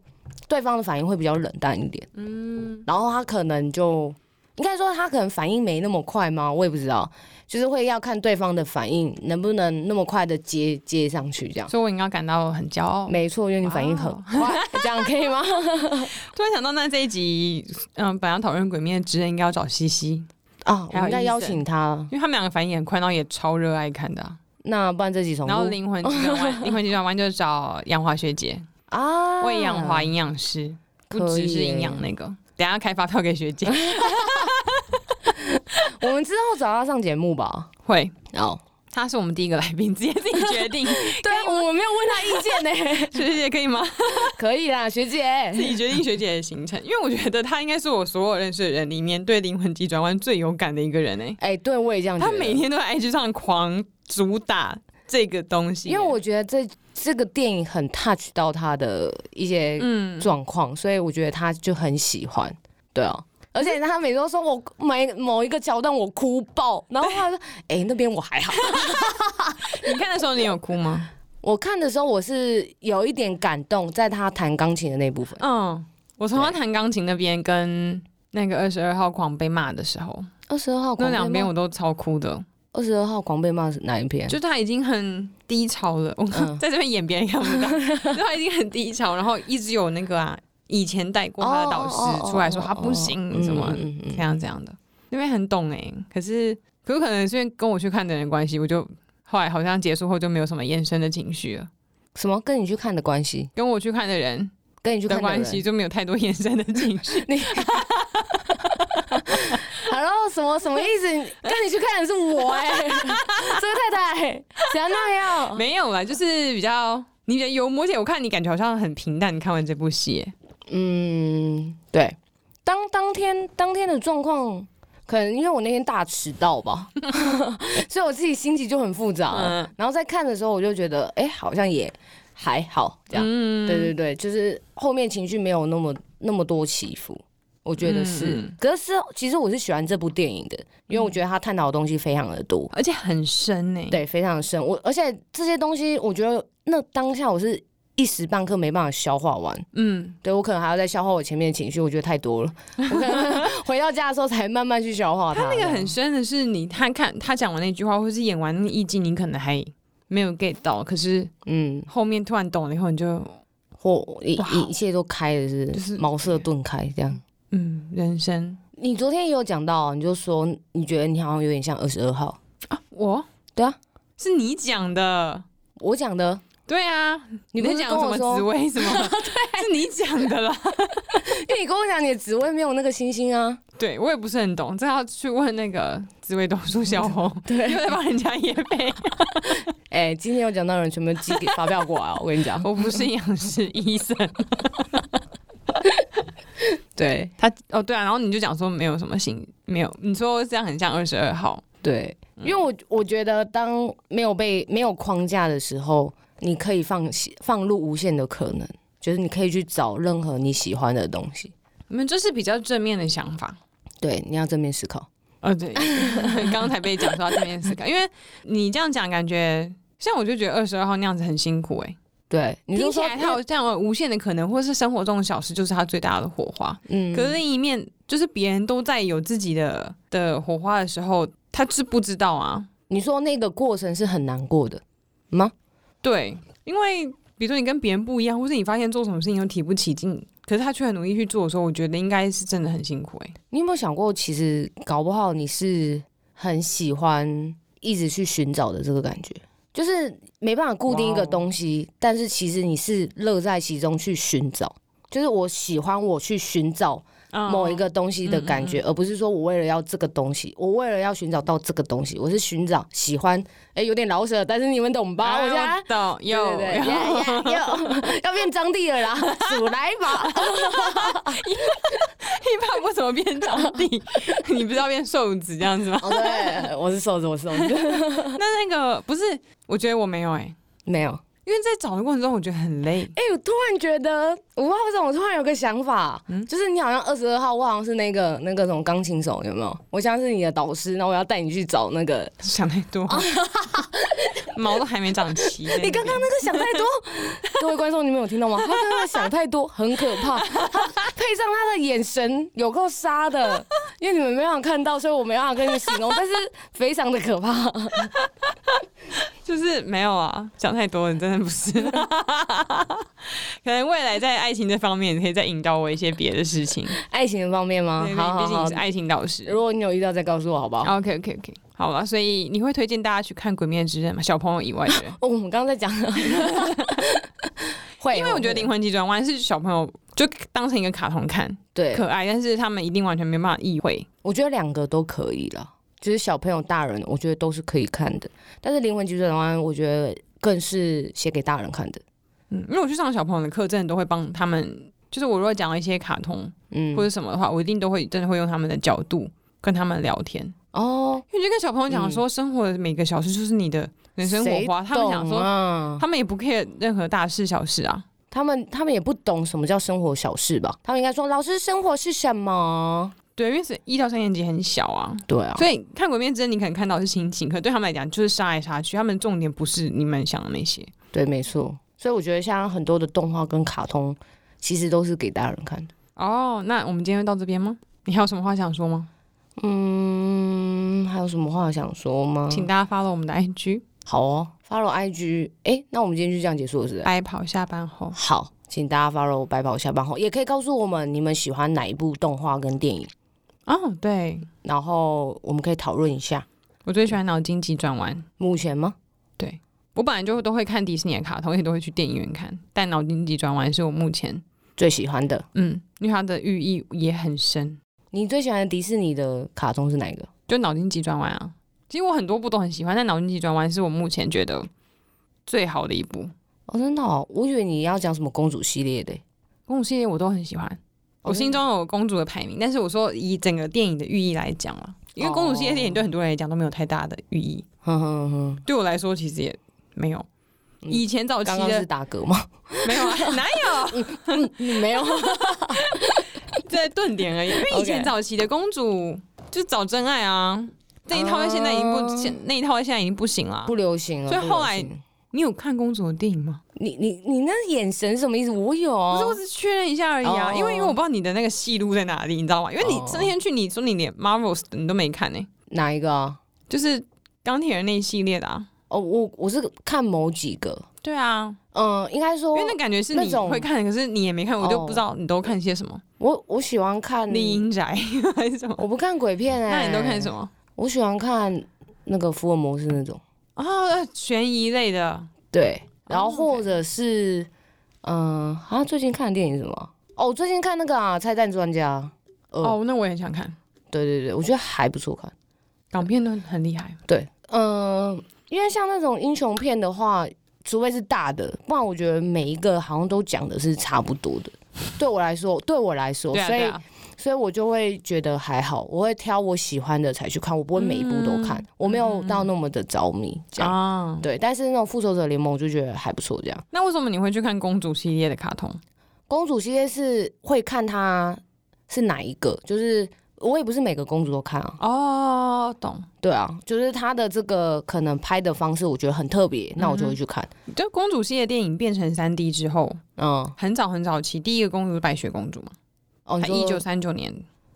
Speaker 1: 对方的反应会比较冷淡一点，
Speaker 2: 嗯，
Speaker 1: 然后他可能就应该说他可能反应没那么快吗？我也不知道，就是会要看对方的反应能不能那么快的接接上去这样。
Speaker 2: 所以我应该感到很骄傲。
Speaker 1: 没错，因为你反应很
Speaker 2: 哇
Speaker 1: 快，这样可以
Speaker 2: [laughs]
Speaker 1: 吗？
Speaker 2: 突然想到，那这一集，嗯，本来要讨论《鬼灭之刃》，应该要找西西，
Speaker 1: 啊，我
Speaker 2: 还有
Speaker 1: 应该
Speaker 2: 医
Speaker 1: 邀
Speaker 2: 生
Speaker 1: 请他。
Speaker 2: 因为他们两个反应很快，然后也超热爱看的啊、
Speaker 1: 那不然这几重
Speaker 2: 然后
Speaker 1: 录
Speaker 2: 灵魂急转 [laughs] 弯，灵魂急转弯就找杨华学姐，
Speaker 1: 啊，
Speaker 2: 喂养华营养师，不
Speaker 1: 可
Speaker 2: 只
Speaker 1: 以
Speaker 2: 是
Speaker 1: 耶
Speaker 2: 营养那个。等一下开发票给学姐， [laughs]
Speaker 1: 我们之后找他上节目吧。
Speaker 2: 会，
Speaker 1: 哦，
Speaker 2: 她是我们第一个来宾，直接自己决 [laughs] 定。
Speaker 1: 对啊，我没有问他意见呢、
Speaker 2: [laughs] 学姐可以吗？
Speaker 1: 可以啦，学
Speaker 2: 自
Speaker 1: 姐。
Speaker 2: 己决定学姐的行程，因为我觉得她应该是我所有认识的人里面对灵魂急转弯最有感的一个人哎、
Speaker 1: 哎、对我也这样觉
Speaker 2: 她
Speaker 1: 得。
Speaker 2: 每天都在 IG 上狂主打这个东西，欸
Speaker 1: 因为我觉得这这个电影很 touch 到他的一些
Speaker 2: 嗯，
Speaker 1: 状况，所以我觉得他就很喜欢。对啊。而且他每次都说我每某一个桥段我哭爆，然后他
Speaker 2: [laughs]
Speaker 1: 说：“哎、那边我还好。
Speaker 2: 你看的时候你有哭吗？”
Speaker 1: 我看的时候我是有一点感动，在他弹钢琴的那部分。
Speaker 2: 嗯，我从她弹钢琴那边跟那个二十二号狂被骂的时候，
Speaker 1: 二十二号
Speaker 2: 那
Speaker 1: 哦狂
Speaker 2: 两
Speaker 1: 被
Speaker 2: 边
Speaker 1: 骂，
Speaker 2: 我都超哭的。
Speaker 1: 二十二号狂被骂是哪一篇？
Speaker 2: 就他已经很低潮了，我
Speaker 1: 嗯
Speaker 2: 在这边演别人看不
Speaker 1: [laughs]
Speaker 2: 到，就他已经很低潮，然后一直有那个啊，以前带过他的导
Speaker 1: 哦
Speaker 2: 师出来说他不行，什么
Speaker 1: 嗯
Speaker 2: 这样这样的，那边很懂哎、可是可是可能是因为跟我去看的人的关系，我就后来好像结束后就没有什么延伸的情绪了，
Speaker 1: 什么跟你去看的关系，
Speaker 2: 跟我去看的人
Speaker 1: 跟你去
Speaker 2: 的
Speaker 1: 看的人
Speaker 2: 关系，就没有太多延伸的
Speaker 1: [laughs]
Speaker 2: 情绪，
Speaker 1: 你，然后什么什么意
Speaker 2: [laughs]
Speaker 1: 思？跟你去看的是我哎、这位太太怎样那样？
Speaker 2: 没有啦，就是比较你比较幽默，而且我看你感觉好像很平淡，你看完这部戏欸、
Speaker 1: 嗯，对，当当天当天的状况。可能因为我那天大迟到
Speaker 2: [laughs]
Speaker 1: 吧，所以我自己心情就很复杂。
Speaker 2: 嗯
Speaker 1: 然后在看的时候，我就觉得，哎、好像也还好这样。
Speaker 2: 嗯，
Speaker 1: 对对对，就是后面情绪没有那么那么多起伏，我觉得是。
Speaker 2: 嗯
Speaker 1: 可是其实我是喜欢这部电影的，因为我觉得他探讨的东西非常的多，
Speaker 2: 而且很深呢、欸，
Speaker 1: 对，非常深。我而且这些东西，我觉得那当下我是一时半刻没办法消化完，
Speaker 2: 嗯。
Speaker 1: 对我可能还要再消化我前面的情绪，我觉得太
Speaker 2: [laughs]
Speaker 1: 多了， [laughs] 我可能回到家的时候才慢慢去消化它。
Speaker 2: 他那个很深的是你，他看他讲完那句话，或是演完那个意境，你可能还没有 get 到，可是
Speaker 1: 嗯，
Speaker 2: 后面突然懂了以后，你就
Speaker 1: 或一
Speaker 2: 哇
Speaker 1: 一一切都开了，是不
Speaker 2: 就是是
Speaker 1: 茅塞顿开这样。
Speaker 2: 嗯，人生
Speaker 1: 你昨天也有讲到，你就说你觉得你好像有点像二十二号，
Speaker 2: 啊，我
Speaker 1: 对啊，
Speaker 2: 是你讲的，
Speaker 1: 我讲的。
Speaker 2: 对啊，
Speaker 1: 你不
Speaker 2: 在
Speaker 1: 是
Speaker 2: 讲
Speaker 1: 跟
Speaker 2: 什
Speaker 1: 我
Speaker 2: 么
Speaker 1: 说
Speaker 2: 紫薇什 [laughs] 么，是你讲的啦，
Speaker 1: 因为你跟我讲你的紫薇没有那个星星啊，
Speaker 2: 对我也不是很懂，这要去问那个紫薇斗数小 [laughs] 红，
Speaker 1: 对
Speaker 2: 又在帮人家也 [laughs] 背，
Speaker 1: 哎、今天有讲到的人全部寄给发票过来哦，我跟 [laughs] 你讲，
Speaker 2: 我不是营养师医生。对他哦，对啊，然后你就讲说没有什么心，没有，你说这样很像二十二号，
Speaker 1: 对，因为我我觉得当没有被没有框架的时候，你可以放弃放入无限的可能，就是你可以去找任何你喜欢的东西。
Speaker 2: 你们就是比较正面的想法。
Speaker 1: 对，你要正面思考。
Speaker 2: 哦，对， [laughs] 刚才被讲说要正面思考，因为你这样讲，感觉像我就觉得二十二号那样子很辛苦哎、
Speaker 1: 对，你
Speaker 2: 听
Speaker 1: 就
Speaker 2: 起
Speaker 1: 说
Speaker 2: 来他有这样无限的可能，或是生活中的小事就是他最大的火花。
Speaker 1: 嗯
Speaker 2: 可是另一面，就是别人都在有自己的的火花的时候，他是不知道啊。
Speaker 1: 你说那个过程是很难过的吗？
Speaker 2: 对，因为比如说你跟别人不一样，或是你发现做什么事情都提不起劲，可是他却很努力去做的时候，我觉得应该是真的很辛苦哎、
Speaker 1: 你有没有想过，其实搞不好你是很喜欢一直去寻找的这个感觉？就是没办法固定一个东西，但是其实你是乐在其中去寻找。就是我喜欢我去寻找某一个东西的感觉，而不是说我为了要这个东西，我为了要寻找到这个东西，我是寻找喜欢。哎、有点老舍，但是你们懂吧？啊我现在
Speaker 2: 嗯懂，
Speaker 1: 对
Speaker 2: 有
Speaker 1: 对对， [laughs] 要要变张帝了啦，鼠来宝。
Speaker 2: 一般我怎么
Speaker 1: [laughs]
Speaker 2: 变长地？ [laughs] 你不是要变瘦子这样子吗？ [laughs]
Speaker 1: 哦，对，我是瘦子，我是瘦子，
Speaker 2: 那那个不是，我觉得我没有哎、
Speaker 1: [laughs] 没有。
Speaker 2: 因为在找的过程中我觉得很累。
Speaker 1: 哎、我突然觉得，我不知道为什么，我突然有个想法，
Speaker 2: 嗯
Speaker 1: 就是你好像二十二号，我好像是那个那个什么钢琴手，有没有？我像是你的导师，然后我要带你去找那个。 [laughs]
Speaker 2: 想太多， [laughs] 毛都还没长齐。
Speaker 1: [laughs] 你哎刚刚那个想太多， [laughs] 各位观众，你们有听到吗？他刚刚想太多，很可怕，他配上他的眼神有够杀的，因为你们没办法看到，所以我没办法跟你形容，但是非常的可怕。
Speaker 2: 就是没有啊，想太多，你真的不是。 [laughs] 可能未来在爱情这方面，你可以再引导我一些别的事情。
Speaker 1: 爱情方面吗
Speaker 2: 对？
Speaker 1: 哦好好
Speaker 2: 毕竟
Speaker 1: 好
Speaker 2: 你是，爱情导师。
Speaker 1: 如果你有遇到再告诉我好不好？
Speaker 2: OK OK OK，好了，所以你会推荐大家去看《鬼灭之刃》吗？小朋友以外的人，
Speaker 1: 哦，我们刚刚在讲， [laughs] 会，
Speaker 2: 因为我觉得《灵魂急转弯》是小朋友就当成一个卡通看，
Speaker 1: [laughs] 对，
Speaker 2: 可爱，但是他们一定完全没办法意会。
Speaker 1: 我觉得两个都可以了，就是小朋友、大人，我觉得都是可以看的。但是《灵魂急转弯》，我觉得更是写给大人看的。
Speaker 2: 嗯，因为我去上小朋友的课，真的都会帮他们。就是我如果讲了一些卡通
Speaker 1: 嗯
Speaker 2: 或，者什么的话，我一定都会真的会用他们的角度跟他们聊天。
Speaker 1: 哦，
Speaker 2: 因为就跟小朋友讲说，生活的每个小事就是你的人生火花。
Speaker 1: 嗯谁
Speaker 2: 他们想
Speaker 1: 懂
Speaker 2: 说，
Speaker 1: 啊，
Speaker 2: 他们也不 care 任何大事小事啊。
Speaker 1: 他们他们也不懂什么叫生活小事吧？他们应该说，老师，生活是什么？
Speaker 2: 对，因为是一到三年级很小啊，
Speaker 1: 对啊，
Speaker 2: 所以看《鬼灭之刃》，你可能看到的是亲情，可对他们来讲就是杀来杀去，他们重点不是你们想的那些。
Speaker 1: 对，没错。所以我觉得像很多的动画跟卡通，其实都是给大人看的。
Speaker 2: 哦，那我们今天就到这边吗？你还有什么话想说吗？
Speaker 1: 嗯，还有什么话想说吗？
Speaker 2: 请大家 follow 我们的 IG，
Speaker 1: 好哦，follow IG。哎、那我们今天就这样结束了，是不是？
Speaker 2: 白跑下班后。
Speaker 1: 好，请大家 follow 白跑下班后，也可以告诉我们你们喜欢哪一部动画跟电影，
Speaker 2: 哦，对
Speaker 1: 然后我们可以讨论一下。
Speaker 2: 我最喜欢脑筋急转弯。
Speaker 1: 目前吗？
Speaker 2: 我本来就都会看迪士尼的卡通，也都会去电影院看，但脑筋急转弯是我目前
Speaker 1: 最喜欢的，
Speaker 2: 嗯，因为它的寓意也很深，
Speaker 1: 你最喜欢的迪士尼的卡通是哪一个？
Speaker 2: 就脑筋急转弯啊。其实我很多部都很喜欢，但脑筋急转弯是我目前觉得最好的一部。
Speaker 1: 哦，真的哦，我以为你要讲什么公主系列的欸。
Speaker 2: 公主系列我都很喜欢，我
Speaker 1: 哦
Speaker 2: 心中有公主的排名，但是我说以整个电影的寓意来讲啦，因为公主系列电
Speaker 1: 哦
Speaker 2: 影对很多人来讲都没有太大的寓意，
Speaker 1: 哼哼哼，
Speaker 2: 对我来说其实也没有。
Speaker 1: 嗯
Speaker 2: 以前早期
Speaker 1: 刚刚是
Speaker 2: 的
Speaker 1: 打嗝 [laughs] 吗？嗯
Speaker 2: 没有啊， [laughs] 哪有
Speaker 1: 没有，啊
Speaker 2: 这顿点而已。因为以前
Speaker 1: OK
Speaker 2: 早期的公主就是找真爱啊，那一套现在已经不现那一套现在已经不行了啊。
Speaker 1: 不流行了。
Speaker 2: 所以
Speaker 1: 不
Speaker 2: 后
Speaker 1: 流
Speaker 2: 来
Speaker 1: 行
Speaker 2: 你有看公主的电影吗？
Speaker 1: 你你你那眼神是什么意思？我有
Speaker 2: 不
Speaker 1: 啊
Speaker 2: 是，我，只是确认一下而已啊，
Speaker 1: 哦
Speaker 2: 因为因为我不知道你的那个戏路在哪里，你知道吗？因为你
Speaker 1: 哦
Speaker 2: 那天去，你说你连 Marvels 的你都没看呢、
Speaker 1: 哪一个啊？
Speaker 2: 就是钢铁人那一系列的啊。
Speaker 1: 哦，我我是看某几个，
Speaker 2: 对啊，
Speaker 1: 嗯，应该
Speaker 2: 因
Speaker 1: 说
Speaker 2: 为那感觉是
Speaker 1: 那
Speaker 2: 你
Speaker 1: 种
Speaker 2: 会看，可是你也没看，我就
Speaker 1: 哦嗯
Speaker 2: 不知道你都看些什么。
Speaker 1: 我我喜欢看
Speaker 2: 丽英宅 [laughs] 还是什么？
Speaker 1: 我不看鬼片哎、
Speaker 2: 那你都看什？么？
Speaker 1: 我喜欢看那个福尔摩斯那种，啊
Speaker 2: 啊、悬疑类的。
Speaker 1: 对，然后
Speaker 2: 哦
Speaker 1: 或者是，嗯、啊，最近看的电影是什么？哦，我最近看那个啊，《拆弹专家》呃。
Speaker 2: 哦，那我也很想看，
Speaker 1: 对对对，我觉得还不错看。
Speaker 2: 港片都很厉害。
Speaker 1: 对，嗯、因为像那种英雄片的话，除非是大的，不然我觉得每一个好像都讲的是差不多的。对我来说，对我来说，
Speaker 2: 对啊，
Speaker 1: 哦所
Speaker 2: 对
Speaker 1: 以
Speaker 2: 啊。
Speaker 1: 所以我就会觉得还好，我会挑我喜欢的才去看，我不会每一部都看，我没有到那么的着迷这样。
Speaker 2: 啊，
Speaker 1: 对，但是那种复仇者联盟我就觉得还不错。这样，
Speaker 2: 那为什么你会去看公主系列的卡通？
Speaker 1: 公主系列是会看它是哪一个，就是我也不是每个公主都看啊。
Speaker 2: 哦，懂。
Speaker 1: 对啊，就是它的这个可能拍的方式，我觉得很特别，那我
Speaker 2: 嗯
Speaker 1: 就会去看。
Speaker 2: 就公主系列电影变成三 D 之后，
Speaker 1: 嗯，
Speaker 2: 很早很早期，第一个公主是白雪公主嘛，
Speaker 1: 哦，
Speaker 2: 她
Speaker 1: 你
Speaker 2: 一九
Speaker 1: 说
Speaker 2: 三九年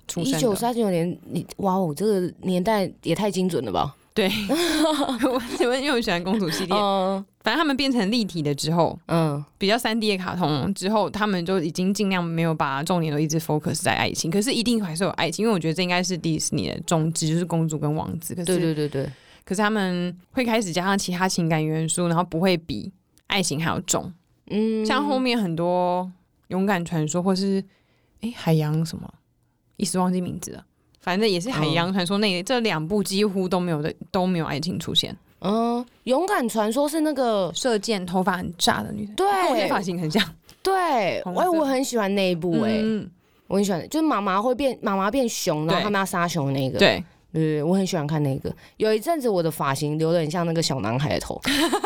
Speaker 2: 出
Speaker 1: 一
Speaker 2: 生
Speaker 1: 九
Speaker 2: 的。
Speaker 1: 三九年，你哇哦，这个年代也太精准了吧？
Speaker 2: 对， [laughs] 我因为因为我喜欢公主系列，
Speaker 1: 嗯
Speaker 2: 反正他们变成立体的之后，
Speaker 1: 嗯，
Speaker 2: 比较三 D 的卡通之后，他们就已经尽量没有把重点都一直 focus 在爱情，可是一定还是有爱情，因为我觉得这应该是迪士尼的宗旨，就是公主跟王子。可是
Speaker 1: 对对对对，
Speaker 2: 可是他们会开始加上其他情感元素，然后不会比爱情还要重。
Speaker 1: 嗯，
Speaker 2: 像后面很多勇敢传说，或是哎、海洋什么，一时忘记名字了。反正也是海洋传说那一、这两部几乎都没有的都没有爱情出现。
Speaker 1: 嗯，勇敢传说是那个
Speaker 2: 射箭头发很炸的女人，
Speaker 1: 对
Speaker 2: 跟我现在发型很像。
Speaker 1: 对，
Speaker 2: 红
Speaker 1: 哎、
Speaker 2: 色
Speaker 1: 我很喜欢那一部哎、
Speaker 2: 嗯，
Speaker 1: 我很喜欢，就是妈妈会变妈妈变熊，然后
Speaker 2: 对
Speaker 1: 他们要杀熊的那个，
Speaker 2: 对，
Speaker 1: 对对，对我很喜欢看那个。有一阵子我的发型留的很像那个小男孩的头，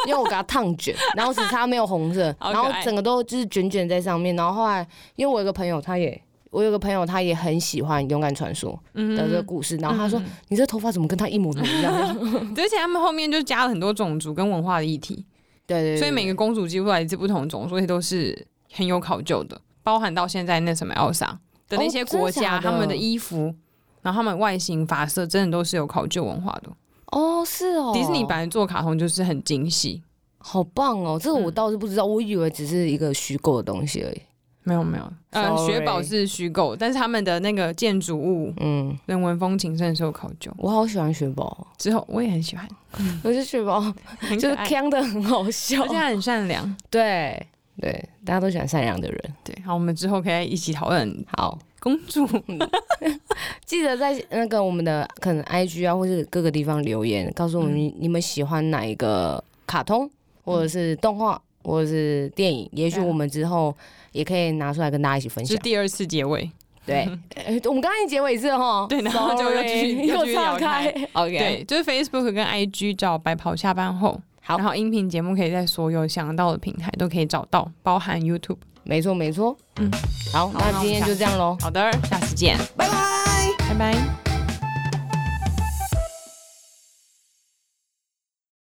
Speaker 1: 因为我给他烫卷，然后只差没有红色，
Speaker 2: 好可爱
Speaker 1: 然后整个都就是卷卷在上面。然后后来，因为我有个朋友，他也我有个朋友，他也很喜欢《勇敢传说》
Speaker 2: 嗯
Speaker 1: 的这个故事，然后他说：“
Speaker 2: 嗯
Speaker 1: 你这头发怎么跟他一模一样 [laughs]
Speaker 2: 而且他们后面就加了很多种族跟文化的议题，？”
Speaker 1: 对对对，
Speaker 2: 所以每个公主几乎来自不同种族，而且都是很有考究的，包含到现在那什么奥莎的那些
Speaker 1: 哦真的
Speaker 2: 国家，
Speaker 1: 假的
Speaker 2: 他们的衣服，然后他们外形发色，真的都是有考究文化的。
Speaker 1: 哦是哦，
Speaker 2: 迪士尼版做卡通就是很精细，
Speaker 1: 好棒哦，这个我
Speaker 2: 嗯
Speaker 1: 倒是不知道，我以为只是一个虚构的东西而已。
Speaker 2: 没有没有，呃，
Speaker 1: Sorry
Speaker 2: 雪宝是虚构，但是他们的那个建筑物、
Speaker 1: 嗯，
Speaker 2: 人文风情真的是有考究。
Speaker 1: 我好喜欢雪宝，
Speaker 2: 之后我也很喜欢，
Speaker 1: 我觉得雪宝
Speaker 2: 很
Speaker 1: 就是
Speaker 2: 可爱，
Speaker 1: 腔的很好笑
Speaker 2: 而且，他很善良。
Speaker 1: 对对，大家都喜欢善良的人。
Speaker 2: 对，好，我们之后可以一起讨论
Speaker 1: 好，
Speaker 2: 公主。
Speaker 1: 记得在那个我们的可能 IG 啊，或是各个地方留言，告诉
Speaker 2: 嗯
Speaker 1: 我们你你们喜欢哪一个卡通，或者是动画，或者是电影。也许
Speaker 2: 对啊
Speaker 1: 我们之后也可以拿出来跟大家一起分
Speaker 2: 是
Speaker 1: 享。
Speaker 2: 第二次结尾， [laughs]
Speaker 1: 对，呃我们刚刚已经结尾是哈，
Speaker 2: 对然后就又
Speaker 1: Sorry，
Speaker 2: 继续又继
Speaker 1: 又
Speaker 2: 续
Speaker 1: 岔
Speaker 2: 聊开
Speaker 1: 开。OK，
Speaker 2: 对，就是 Facebook 跟 IG 找白袍下班后，
Speaker 1: 好
Speaker 2: 然后音频节目可以在所有想到的平台都可以找到，包含 YouTube。
Speaker 1: 没错没错。
Speaker 2: 嗯
Speaker 1: 嗯，好，
Speaker 2: 那我
Speaker 1: 那
Speaker 2: 们
Speaker 1: 今天
Speaker 2: 下
Speaker 1: 就这样喽。
Speaker 2: 好的，下次见，
Speaker 1: 拜拜。
Speaker 2: 拜拜。